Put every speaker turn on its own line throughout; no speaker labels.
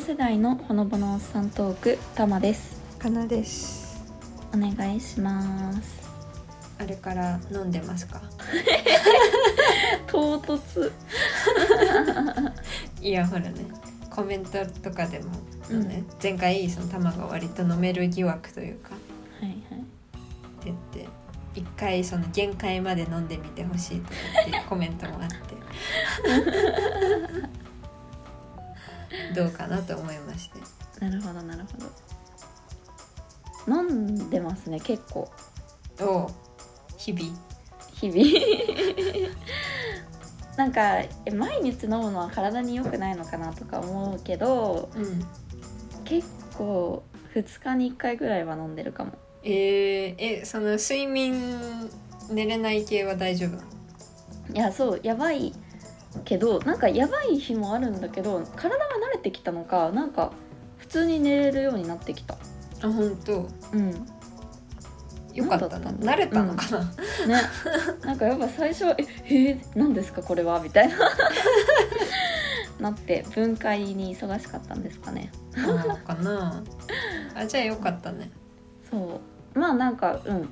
世代のほのぼのおっさんトークたまです
かなです
お願いします
あれから飲んでますか
唐突
いやほらねコメントとかでも、
うん
ね前回その玉が割と飲める疑惑というか
はいはい
って言って一回その限界まで飲んでみてほしいとかっていうコメントもあってどうかなと思いまして
なるほどなるほど飲んでますね結構
おう日々
日々 なんかえ毎日飲むのは体に良くないのかなとか思うけど
うん
結構2日に1回ぐらいは飲んでるかも
えー、えその睡眠寝れない系は大丈夫なの
いやそうやばいけどなんかやばい日もあるんだけど体が慣れてきたのかなんか普通に寝れるようになってきた
あ本当
うんね
よかったな
なんだった
慣れ
んだ
たのかな、
なんかやっぱ最初は「ええー、何ですかこれは」みたいな なって分解に忙しかったんですかね
なのかなあじゃあよかったね
そうまあなんかうん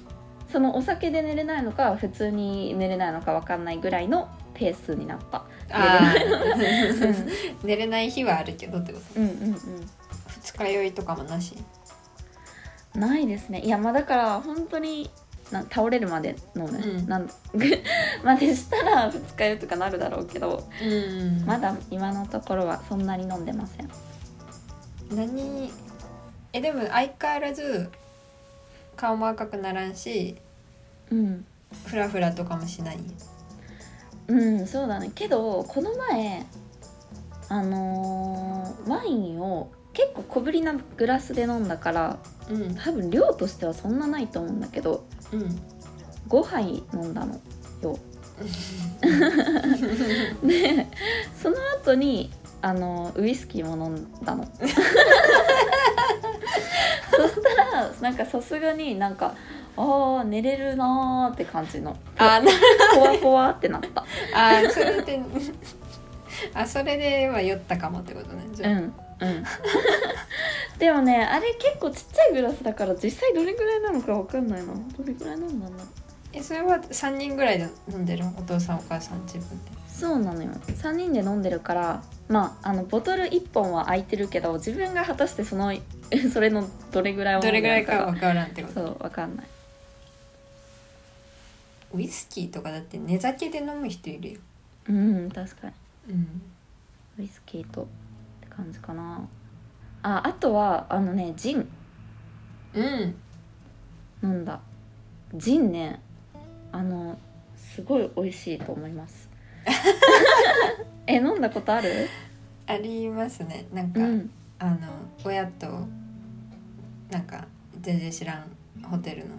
そのお酒で寝れないのか普通に寝れないのかわかんないぐらいのペースになった、
あ
うん、
ー
う
寝れない日はあるけどってこ
んうんうん
と二日酔いとかもなし
ないですねいやまあだから本当にな倒れるまでのね、
うん
なん までしたら二日酔いとかなるだろうけど
うん
まだ今のところはそんなに飲んでません
何えでも相変わらず顔も赤くならんし
うん
フラフラとかもしない
うんそうだねけどこの前あのーワインを結構小ぶりなグラスで飲んだから
うん
多分量としてはそんなないと思うんだけど
うん
5杯飲んだのよでその後にあのウイスキーも飲んだのそしたらなんかさすがになんかあー寝れるなーって感じの
あーな
ほわほわってなった
あーそれであそれでは酔ったかもってことねじ
う
ゃ
ん
あ
うんでもねあれ結構ちっちゃいグラスだから実際どれぐらいなのかわかんないなどれぐらいなんだろう
えそれは3人ぐらいで飲んでるお父さんお母さん自分で
そうなのよ3人で飲んでるからまああのボトル1本は空いてるけど自分が果たしてそのそれのどれぐらいを飲
ど
んで
れ
る
ぐらいか
は
分からんってこと
そうわかんない
ウイスキーとかだって寝酒で飲む人いるよ、
うん確かに
うん、
ウイスキーとって感じかなああとはあのねジン
うん
飲んだジンねあのすごい美味しいと思います え飲んだことある
ありますねなんか、
うん
あの親となんか全然知らんホテルの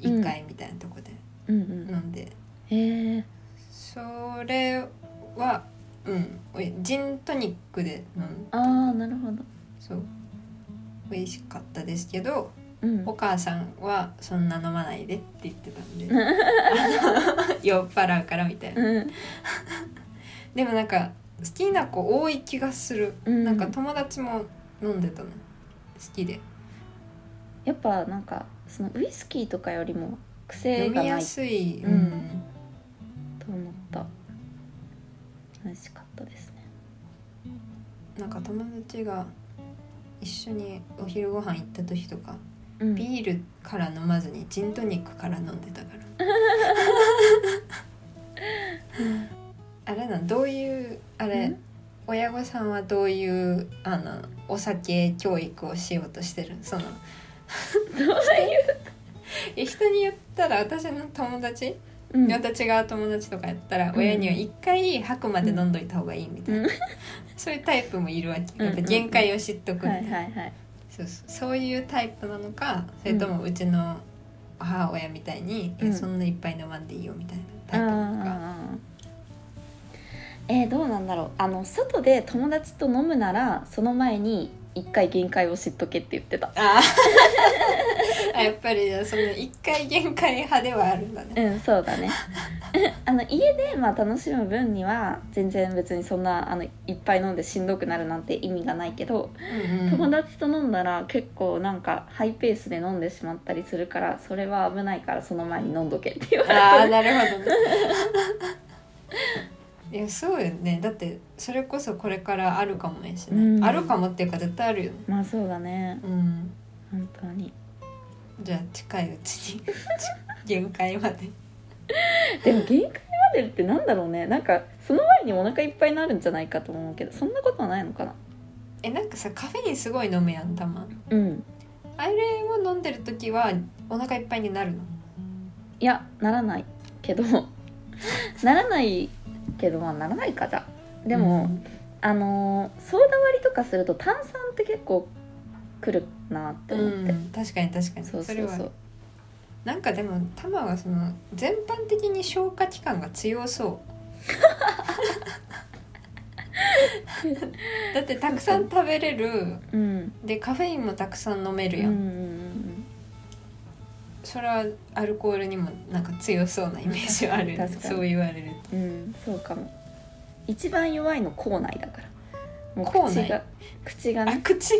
1階みたいなとこで
うん
飲んで、
うんへえ
それはうんおいジントニックで飲ん
ああなるほど
そう美味しかったですけど
うん
お母さんはそんな飲まないでって言ってたんであの酔っ払うからみたいな
うん
でもなんか好きな子多い気がする、
うん
なんか友達も飲んでたの好きで
やっぱなんかそのウイスキーとかよりも癖
飲
が
み
な
や
い
すい、
うんと思った美味しかったですね
なんか友達が一緒にお昼ご飯行った時とか、
うん
ビールから飲まずにジントニックから飲んでたからあれなんどういうあれ、
うん
親御さんはどういうあのお酒教育をしようとしてるその
どう
え人に言ったら私の友達、
うん
私が友達とかやったら
うん
親には一回吐くまで飲んどいた方がいいみたいな、
うん
そういうタイプもいるわけ
うん
やっぱ限界を知っとく
は
みたい
い
な
はいはい
そうそうそういうタイプなのかそれともうちの母親みたいに、
うん
えそんないっぱい飲まんでいいよみたいなタイプなのか
あーえー、どうなんだろうあの外で友達と飲むならその前に一回限界を知っとけって言ってた
あーあやっぱりじゃあその一回限界派ではあるんだね
うんそうだねあの家でまあ楽しむ分には全然別にそんなあのいっぱい飲んでしんどくなるなんて意味がないけど、友達と飲んだら結構なんかハイペースで飲んでしまったりするからそれは危ないからその前に飲んどけって言われ
あ
て
あ
る
なるほどねいやそうよねだってそれこそこれからあるかもやしね、
うん
あるかもっていうか絶対あるよね
まあそうだね
うん
本当に
じゃあ近いうちに 限界まで
でも限界までってなんだろうねなんかその前にお腹いっぱいになるんじゃないかと思うけどそんなことはないのかな
えなんかさカフェインすごい飲むやんたま
うん
あれを飲んでる時はお腹いっぱいになるの
いやならないけど ならないけどまあならないかじゃあでも、あのーソーダ割りとかすると炭酸って結構くるなって
うん、
思って、
うん確かに確かに
そうそ
れ
う
は
そう
なんかでもタマはその全般的に消化器官が強そう だってたくさん食べれる
うん
でカフェインもたくさん飲め
う
る
ん
や、
うんんうん
それはアルコールにもなんか強そうなイメージはある、
確かに
そう言われる
うんうんそうかも一番弱いの口内だからもう
口内
口が口が
あ
ね、
口
う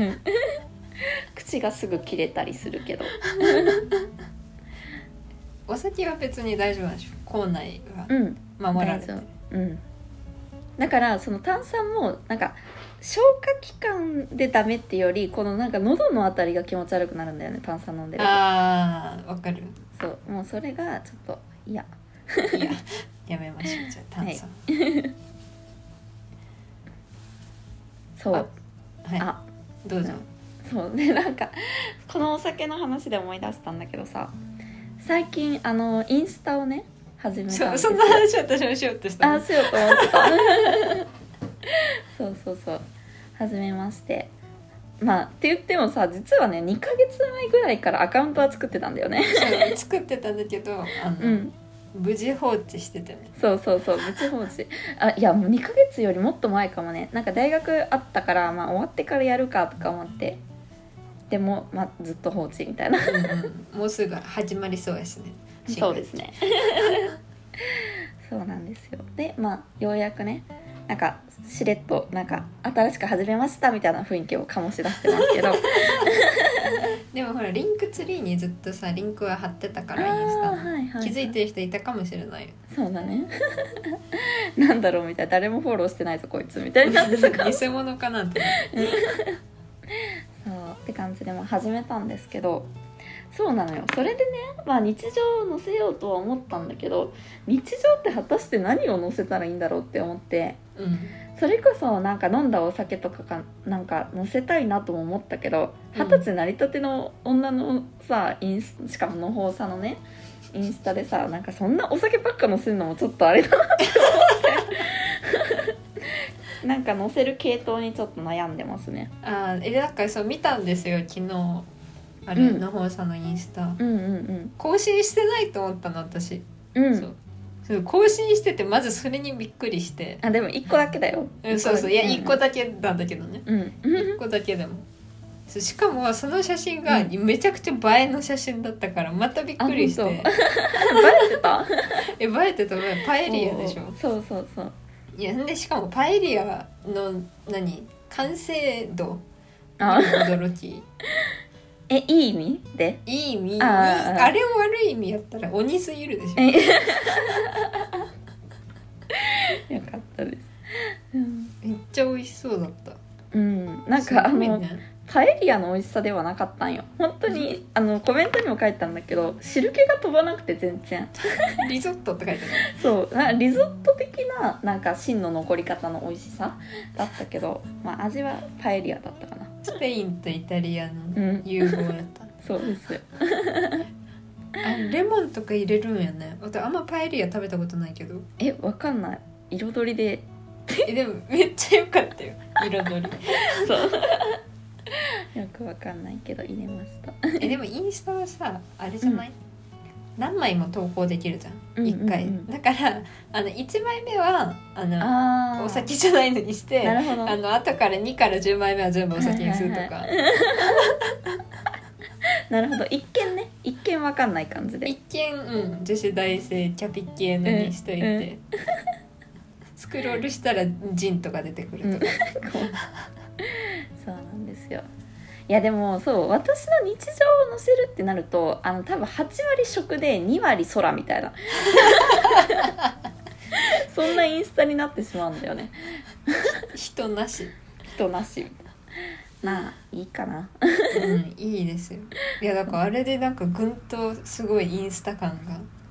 ん、 口がすぐ切れたりするけど
お酒は別に大丈夫なんでしょ口内
うん
は守られて
大
る
丈うん、だからその炭酸もなんか消化器官でダメってよりこのなんか喉のあたりが気持ち悪くなるんだよね炭酸飲んでると
あーわかる
そうもうそれがちょっと嫌
い ややめましょうじゃあ炭酸
そうあ,、
はい、どうぞ
そう でなんかこのお酒の話で思い出したんだけどさ最近あのインスタをね始めたん
そ
です
そんな話私もしようとした
あしようと思ってた そうそうそう初めましてまあって言ってもさ実はね2ヶ月前ぐらいからアカウントは作ってたんだよね
そう作ってたんだけどあの、
うん
無事放置してたね
そうそうそう無事放置あいやもう2ヶ月よりもっと前かもねなんか大学あったから、まあ、終わってからやるかとか思ってでも、まあ、ずっと放置みたいな
もうすぐ始まりそうやしね
そうですね そうなんですよでまあようやくねなんかしれっとなんか新しく始めましたみたいな雰囲気を醸し出してます けど
でもほらリンクツリーにずっとさリンクは貼ってたか
あ
らインスタ
ー
の、
はいはい
気づいてる人いたかもしれないよ
そうだね なんだろうみたいな誰もフォローしてないぞこいつみたい になってたからそ
偽物かなって
うって感じでも始めたんですけどそうなのよそれでねまあ日常を載せようとは思ったんだけど日常って果たして何を載せたらいいんだろうって思って
うん
それこそなんか飲んだお酒とかかなんか載せたいなとも思ったけど
うん
二十歳なりたての女のさインスしかものほうさのねインスタでさなんかそんなお酒ばっか載せるのもちょっとあれだなって思って なんか載せる系統にちょっと悩んでますね
あーえなんかそう見たんですよ昨日あれ、
うん
のほうさんのインスタ
うんうん
更新してないと思ったの私、
うんう
そ
ん
うそう更新しててまずそれにびっくりして、
あでも一個だけだよ
うん、そうそういや
ん
1個だけなんだけどね
うん
一個だけでもそうしかもその写真がめちゃくちゃ映えの写真だったからまたびっくりして
あ本バレてた
え映えてた映えパエリアでしょ
そうそうそう
いやんでしかもパエリアの何完成度に
あ
驚き
えいい意味で
いい意味いい
あー
あれを悪い意味やったら鬼すぎるでしょ
えよかったです、うん
めっちゃ美味しそうだった
うん、なん
す
かあ
ごい
の、
ね
パエリアの美味しさではなかったんよ本当にあのコメントにも書いたんだけど汁気が飛ばなくて全然
リゾットって書いてある
そうなリゾット的ななんか芯の残り方の美味しさだったけど、まあ、味はパエリアだったかな
スペインとイタリアの
うん
融合だった、
そうですよ
あレモンとか入れるんやね私あんまパエリア食べたことないけど
えわかんない彩りで
えでもめっちゃ良かったよ彩り
そうよくわかんないけど入れました
えでもインスタはさあれじゃない、何枚も投稿できるじゃ
うん
ん
うんうん
1回、だからあの1枚目はあの
あー
お酒じゃないのにして
なるほど
あの後から2から10枚目は全部お酒にするとか、
はなるほど一見ね一見わかんない感じで
一見、うん、女子大生キャピ系のにしといて、
うんう
スクロールしたらジンとか出てくるとか、
こうそうなんですよいやでもそう私の日常を載せるってなるとあの多分8割食で2割空み たいなそんなインスタになってしまうんだよね
人なし、
人なしみたいなまあいいかな
うん、いいですよいやだからあれでなんかぐんとすごいインスタ感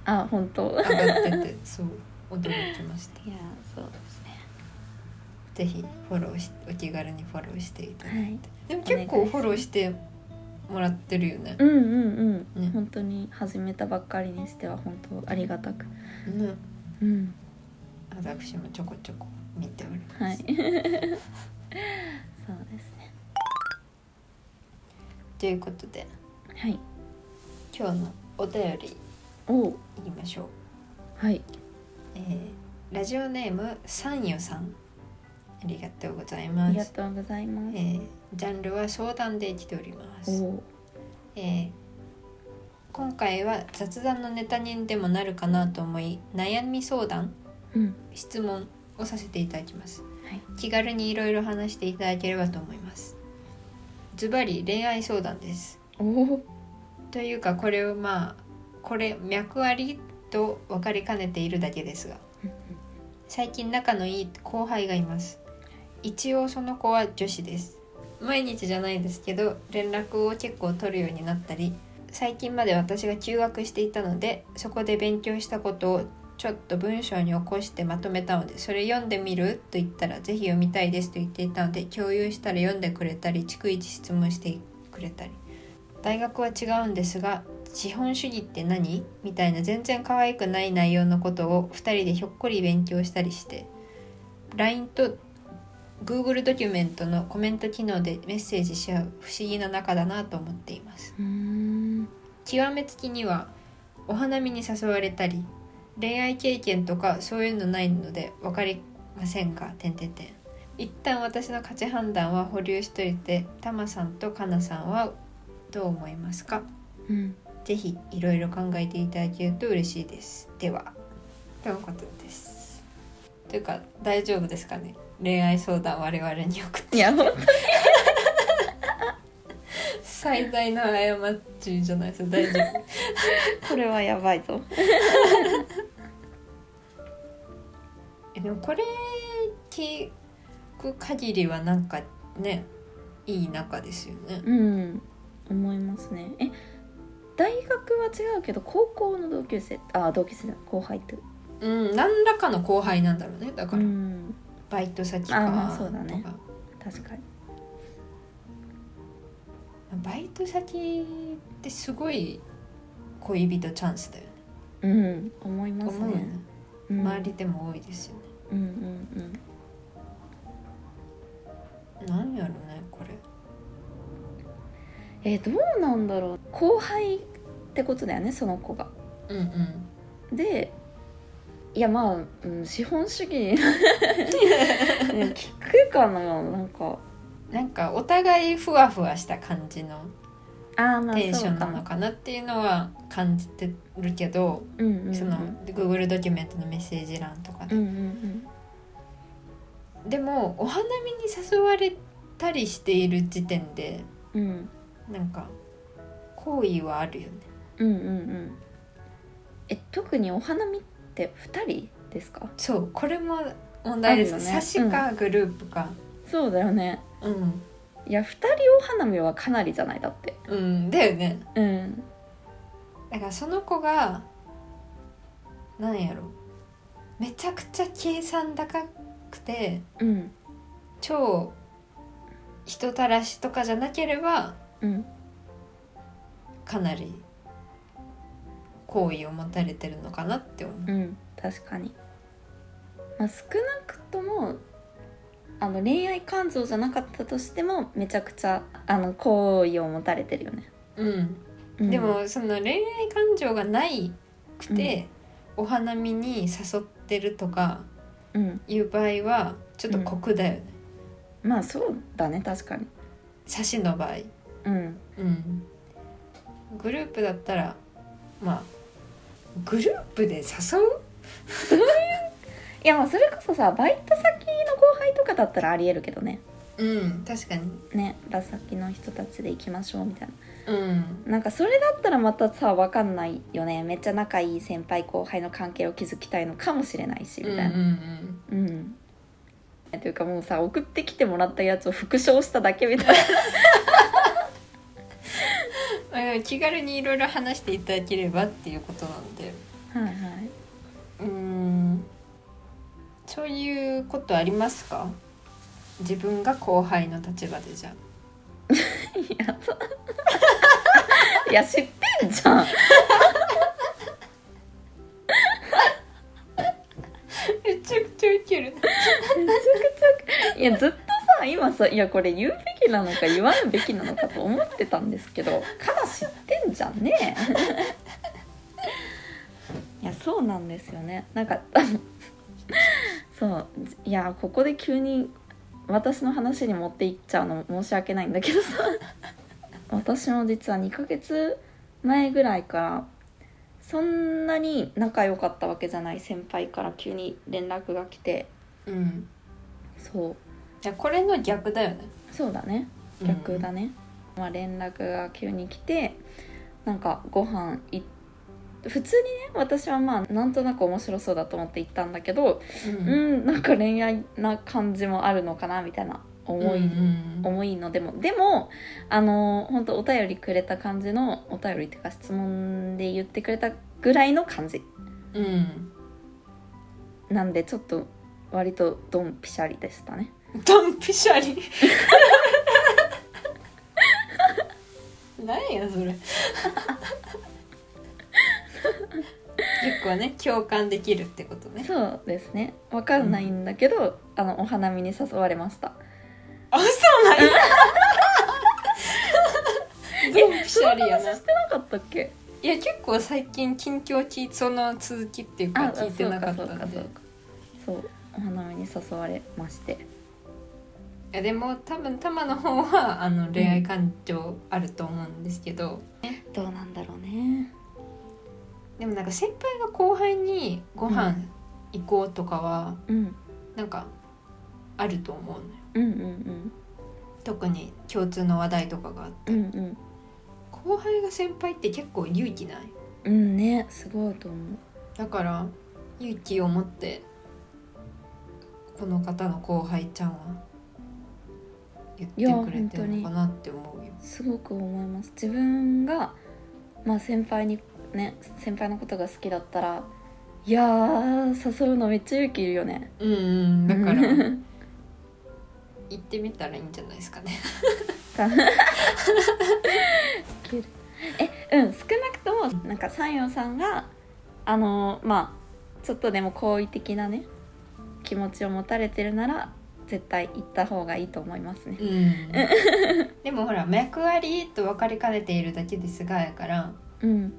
が
あ本当
上がっててそう驚きました
いやそうですね
ぜひフォローしお気軽にフォローしていただいて、
はい
でも結構フォローしてもらってるよね、
うんうんうん、
ね
本当に始めたばっかりにしては本当ありがたく
ね
うん
私もちょこちょこ見ております、
はいそうです ね
ということで
はい
今日のお便り
おう
言いましょう、
はい
えーラジオネームサンヨさんありがとうござい
あ
ま
りが
す、
とうございま
え
す、
ージャンルは相談で生きております、
おう
えー今回は雑談のネタにでもなるかなと思い悩み相談
うん
質問をさせていただきます、
はい
気軽にいろいろ話していただければと思いますズバリ恋愛相談です
おお
というかこれをまあこれ脈ありと分かりかねているだけですが最近仲のいい後輩がいます一応その子は女子です毎日じゃないですけど連絡を結構取るようになったり最近まで私が休学していたのでそこで勉強したことをちょっと文章に起こしてまとめたのでそれ読んでみると言ったらぜひ読みたいですと言っていたので共有したら読んでくれたり逐一質問してくれたり大学は違うんですが資本主義って何みたいな全然可愛くない内容のことを2人でひょっこり勉強したりして LINE と Google ドキュメントのコメント機能でメッセージし合う不思議な仲だなと思っています
うーん
極めつきにはお花見に誘われたり恋愛経験とかそういうのないので分かりませんが点て点一旦私の価値判断は保留しといてタマさんとカナさんはどう思いますか
うん
ぜひいろいろ考えていただけると嬉しいです。では、とのことです。というか大丈夫ですかね。恋愛相談我々に送っ
い
て
や本
最大の過ちじゃないですか。大丈 夫。
当これはやばいぞ
えでもこれ聞く限りはなんかね、いい仲ですよね。
うん思いますねえ大学は違うけど高校の同級生あ同級生だ後輩って
うん、何らかの後輩なんだろうね。だ
う
から
ん
バイト先か
あまあそうだね
とか
確かに
バイト先ってすごい恋人チャンスだよね。
うん思います
思うよ
ね
ね。
うん
周りでも多いですよね。
うんうんうん
なんやろねこれ。
えどうなんだろう後輩ってことだよねその子が。
うんうん。
でいやまあ、うん、資本 主義ね聞くかななんか
なんかお互いふわふわした感じの
あーまあ
テンシ
そ
ョ
う
ン
か
なの
も。
かなっていうのは感じてるけど、
うんうんうん
その Google ドキュメントのメッセージ欄とか
う
で、
んうん
でもお花見に誘われたりしている時点で
うんうん
なんか好意はあるよね。
うんうんうんえ特にお花見って2人ですか
そうこれも問題です
あるよね
ね。差しかグループか。
そうだよね
うん、
いや2人お花見はかなりじゃないだって
うん、だよね。
うん
だからその子がなんやろめちゃくちゃ計算高くて
うん
超人たらしとかじゃなければ
うん
かなり好意を持たれてるのかなって思う。
うん確かに、まあ、少なくともあの恋愛感情じゃなかったとしてもめちゃくちゃあの好意を持たれてるよね、
うん
うん
でもその恋愛感情がないくて、お花見に誘ってるとか
うん
いう場合はちょっと酷だよね、
まあそうだね確かに
差しの場合。
うん
うん、グループだったらまあグループで誘う
いやまあそれこそさバイト先の後輩とかだったらありえるけどね
うん確かに
ねバ先の人たちで行きましょうみたいな
うん
なんかそれだったらまたさ分かんないよねめっちゃ仲いい先輩後輩の関係を築きたいのかもしれないしみたいな
うんうん
うん、というかもうさ送ってきてもらったやつを復唱しただけみたい
うんあの気軽にいろいろ話していただければっていうことなんで
なはいはい
うんそういうことありますか自分が後輩の立場でじゃ
いやそういや知ってんじゃん
めちゃくちゃウケる
いやずっとさ今さいやこれ言うべきなのか言わんべきなのかと思ってたんですけどから知ってんじゃんね いやそうなんですよねなんか あのそういやここで急に私の話に持っていっちゃうの申し訳ないんだけどさ 私も実は2ヶ月前ぐらいからそんなに仲良かったわけじゃない先輩から急に連絡が来て
うん
そう
いやこれの逆だよね
そうだね逆だね、まあ、連絡が急に来てなんかご飯い普通にね私はまあなんとなく面白そうだと思って行ったんだけど
う
うん、
ん
なんか恋愛な感じもあるのかなみたいな思い、
うんうん
重いのでもでもあの本当お便りくれた感じのお便りっていうか質問で言ってくれたぐらいの感じ
うん
なんでちょっと割とドンピシャリでしたね
ドンピシャリ何やそれ結構ね共感できるってことね
そうですねわかんないんだけど、あのお花見に誘われました
あそうなんやドンピシャリや
そん
な
話してなかったっけ
いや結構最近近況聞いその続きっていうか
あ
聞いてなかった
そうか
ん
そう
で
かそうお花見に誘われまして
いやでも多分タマの方はあの恋愛感情あると思うんですけど、
どうなんだろうね
でもなんか先輩が後輩にご
う
飯
ん
行こうとかは
うん
なんかあると思うのよ
うんうん
特に共通の話題とかがあって
うんうん
後輩が先輩って結構勇気ない
うんうんねすごいと思う
だから勇気を持ってこの方の後輩ちゃんは言ってくれてるのかなって思うよ。
すごく思います自分がまあ先輩にね先輩のことが好きだったらいやー誘うのめっちゃ勇気いるよね
うんうん、だか
う
ら 行
ん
ってみたらいいんじゃないですかね。
えうん少なくともなんか三陽さんがあのーまあちょっとでも好意的なね気持ちを持たれてるなら絶対行った方がいいと思いますね
う。 ん、でもほら脈ありと分かりかねているだけですがやから
うん、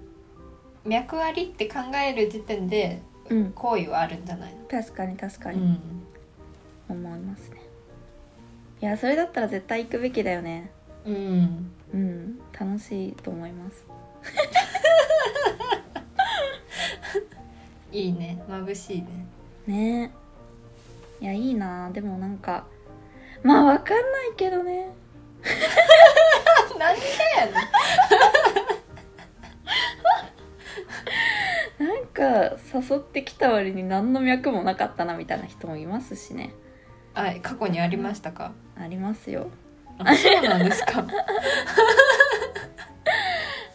脈ありって考える時点で
うん、
好意はあるんじゃないの、
確かに確か
う
に
ん
思いますね。いやそれだったら絶対行くべきだよね。
うん、
うん、楽しいと思います。
いいね眩しい ね。
ねえいやいいなでもなんかまあわかんないけどね。
なんでやねん
なんか誘ってきた割に何の脈もなかったなみたいな人もいますしね。
はい、過去にありましたか。
ありますよ。
あ、そうなんですか。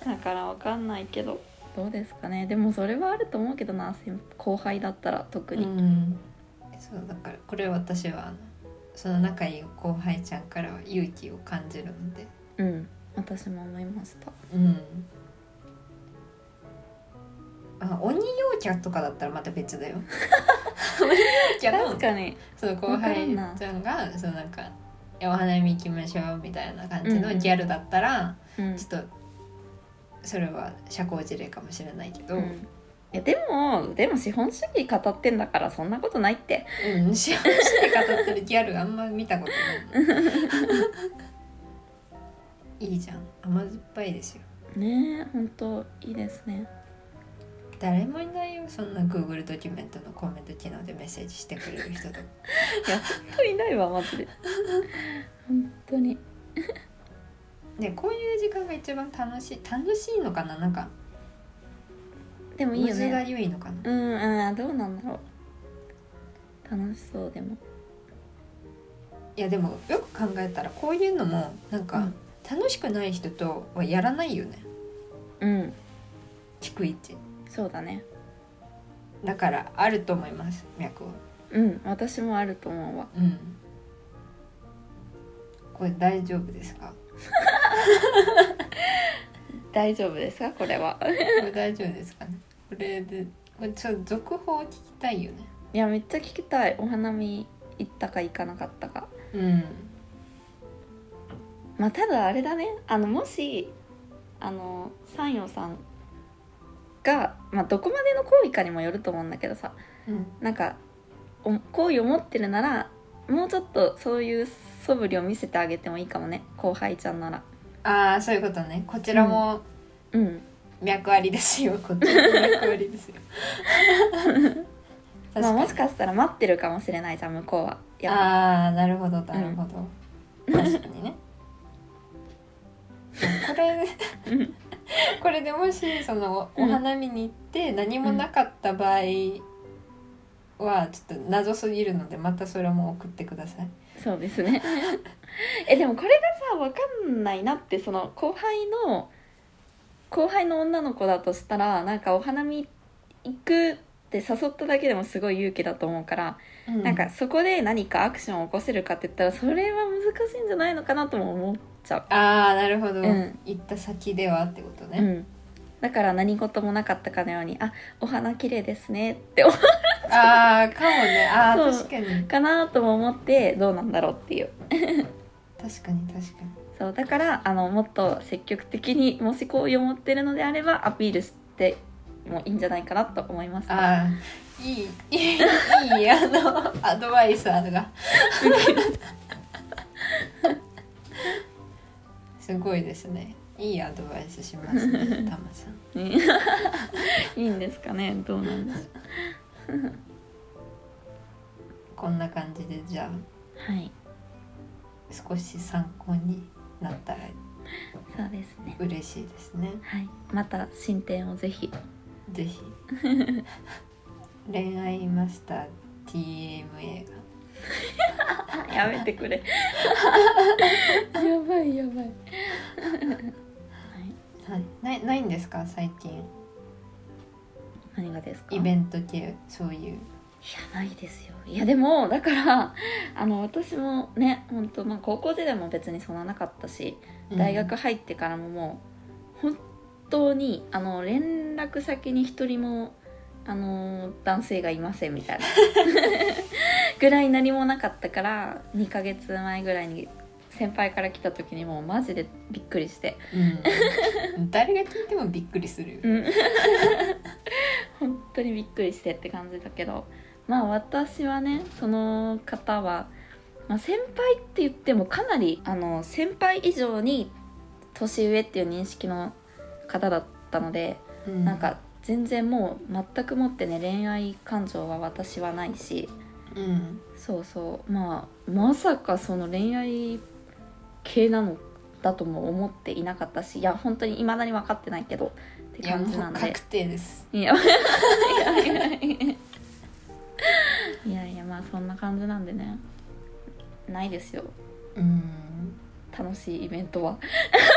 だからわかんないけどどうですかねでもそれはあると思うけどな先後輩だったら特
う
に、
ん。そう、だから、これ私は、あのその仲いい後輩ちゃんからは勇気を感じるので。
うん私も思いました
うん。あ、鬼陽キャとかだったら、また別 だよ。鬼陽キャの
確、かに
その後輩
わ
ちゃんが、そのなんか。いやお花見行きましょうみたいな感じ
うんう
の
ん
ギャルだったら、
うん、
ちょっと。それは社交辞令かもしれないけど。
うんいやでもでも資本主義語ってんだからそんなことないって
うん、幸せで語ってるギャルあんま見 たことない。いいじゃん、甘酸っぱいですよ。
ねえ本当いいですね
誰もいないよそんな Google ドキュメントのコメント機能でメッセージしてくれる人とか
本当いないわマジ で本当に
ねこういう時間が一番楽しい楽しいのかななんか
でもいいよ
水が
ね
良いのかな
うんうんどうなんだろう楽しそうでも
いやでもよく考えたらこういうのもなん
う
か
ん
楽しくない人とはやらないよね
うん
逐一
そうだね
だからあると思います脈は
うん私もあると思うわ
うんこれ大丈夫ですか
大丈夫ですかこれは
これ大丈夫ですかねこれでこれちょっと続報聞きたいよね
いやめっちゃ聞きたいお花見行ったか行かなかったか
うん
まあただあれだねあのもしあの三陽さんが、まあ、どこまでの行為かにもよると思うんだけどさ
うん
なんかお好意を持ってるならもうちょっとそういう素振りを見せてあげてもいいかもね後輩ちゃんなら
ああそういうことねこちらも
うん
脈ありですよ、こっちらも脈ありですよ 確
ま
か
あ
に、
もしかしたら待ってるかもしれないじゃん向こうはやっ
ああなるほどなるほど、確かにね これ これでもしそのお
うん
花見に行って何もなかった場合はちょっと謎すぎるのでまたそれも送ってください
ぱそうですね えでもこれがさ分かんないなってその後輩の後輩の女の子だとしたらなんかお花見行くって誘っただけでもすごい勇気だと思うから、なんかそこで何かアクションを起こせるかって言ったらそれは難しいんじゃないのかなとも思っちゃう
ああなるほど、
ん
行った先ではってこと
う
ね、
ん、だから何事もなかったかのように「あお花綺麗ですね」って思
ああかもねああ
そう
確かに
うかなとも思ってどうなんだろうっていう
確かに確かに
そうだからあのもっと積極的にもし好意を持ってるのであればアピールしてもいいんじゃないかなと思います
ああいいいいいいあのアドバイザーが すごいですねいいアドバイスしますね タマさん
ね いいんですかねどうなんでしょう
こんな感じでじゃあ
はい
少し参考になったら
そうですね
嬉しいですね
はいまた進展をぜひ
ぜひ恋愛マスター TMA が
やめてくれやばいやばい
はいないないんですか最近
何がですか
イベント系そうい
い
う
やないですよいやでもだからあの私もね本当まあ高校時代も別にそんななかったし大学入ってからももう本当にあの連絡先に一人もあの男性がいませんみたいなぐらい何もなかったから2ヶ月前ぐらいに先輩から来た時にもうマジでびっくりして
うん、誰が聞いてもびっくりするよ
うん本当にびっくりしてって感じだけどまあ私はねその方は、まあ、先輩って言ってもかなりあの先輩以上に年上っていう認識の方だったので、
うん
なんか全然もう全くもってね恋愛感情は私はないし
うん
そうそうまあまさかその恋愛系なのだとも思っていなかったしいや本当に未だに分かってないけどって
いや
感
も
じな
うん
で
確定です
いや いやいやいやいやいやまあそんな感じなんでねないですよ
うん
楽しいイベントは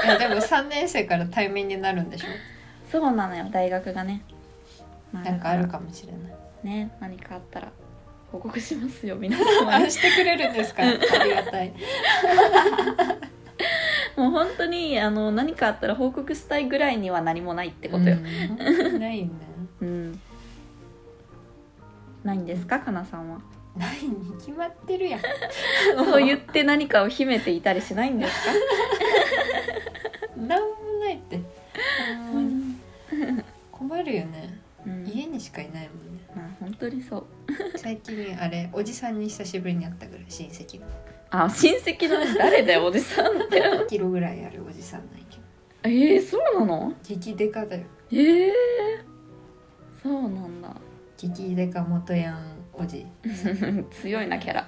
い
やでも3年生から対面になるんでしょ
そうなのよ大学がね、ま
なんかある
だ
かもしれない
らね何かあったら報告しますよ皆様
あ
に
してくれるんですかありがたい
もう本当にあの何かあったら報告したいぐらいには何もないってことよ
うんないね
うん、ないんですかかなさ んは
ないに決まってるやん
そう言って何かを秘めていたりしないんですか、
なんもないってうん困るよね
うん
家にしかいないもんね
まあ本当にそう
最近あれおじさんに久しぶりに会ったぐらい 親戚の
あ親戚の誰だよおじさんって
1キロぐらいあるおじさんなんやけど
えー、そうなの
激デカだよ
ええそうなんだ
激デカ元ヤンおじ
強いなキャラ、
っ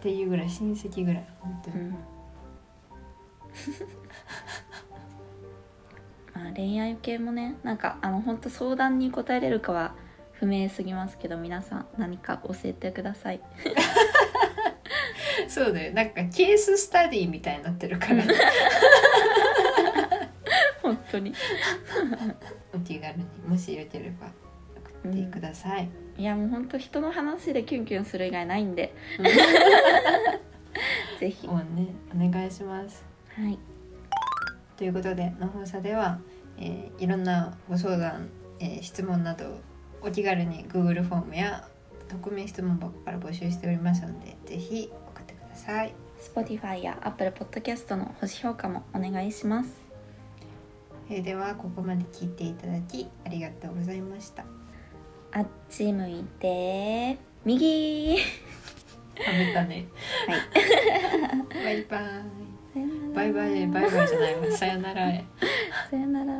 ていうぐらい親戚ぐらい本当
う
に、
ん まあ恋愛系もねなんかあの本当相談に答えれるかは不明すぎますけど皆さん何か教えてください
そうだよなんかケーススタディみたいになってるから
本当に
お気軽にもしよければ送ってください、
いやもう本当人の話でキュンキュンする以外ないんでぜひは
もうねお願いします
い
ということで「のほうさ」では、えーいろんなご相談、えー質問などお気軽に Google フォームや匿名質問箱から募集しておりますのでぜひ送ってください
Spotify や Apple Podcast の星評価もお願いします
それではここまで聞いていただきありがとうございました
あっち向いて右
はめたね。 バイバ
さ
イ。
よなら
バイバイ、バイバイじゃないわ。さよなら。
さよなら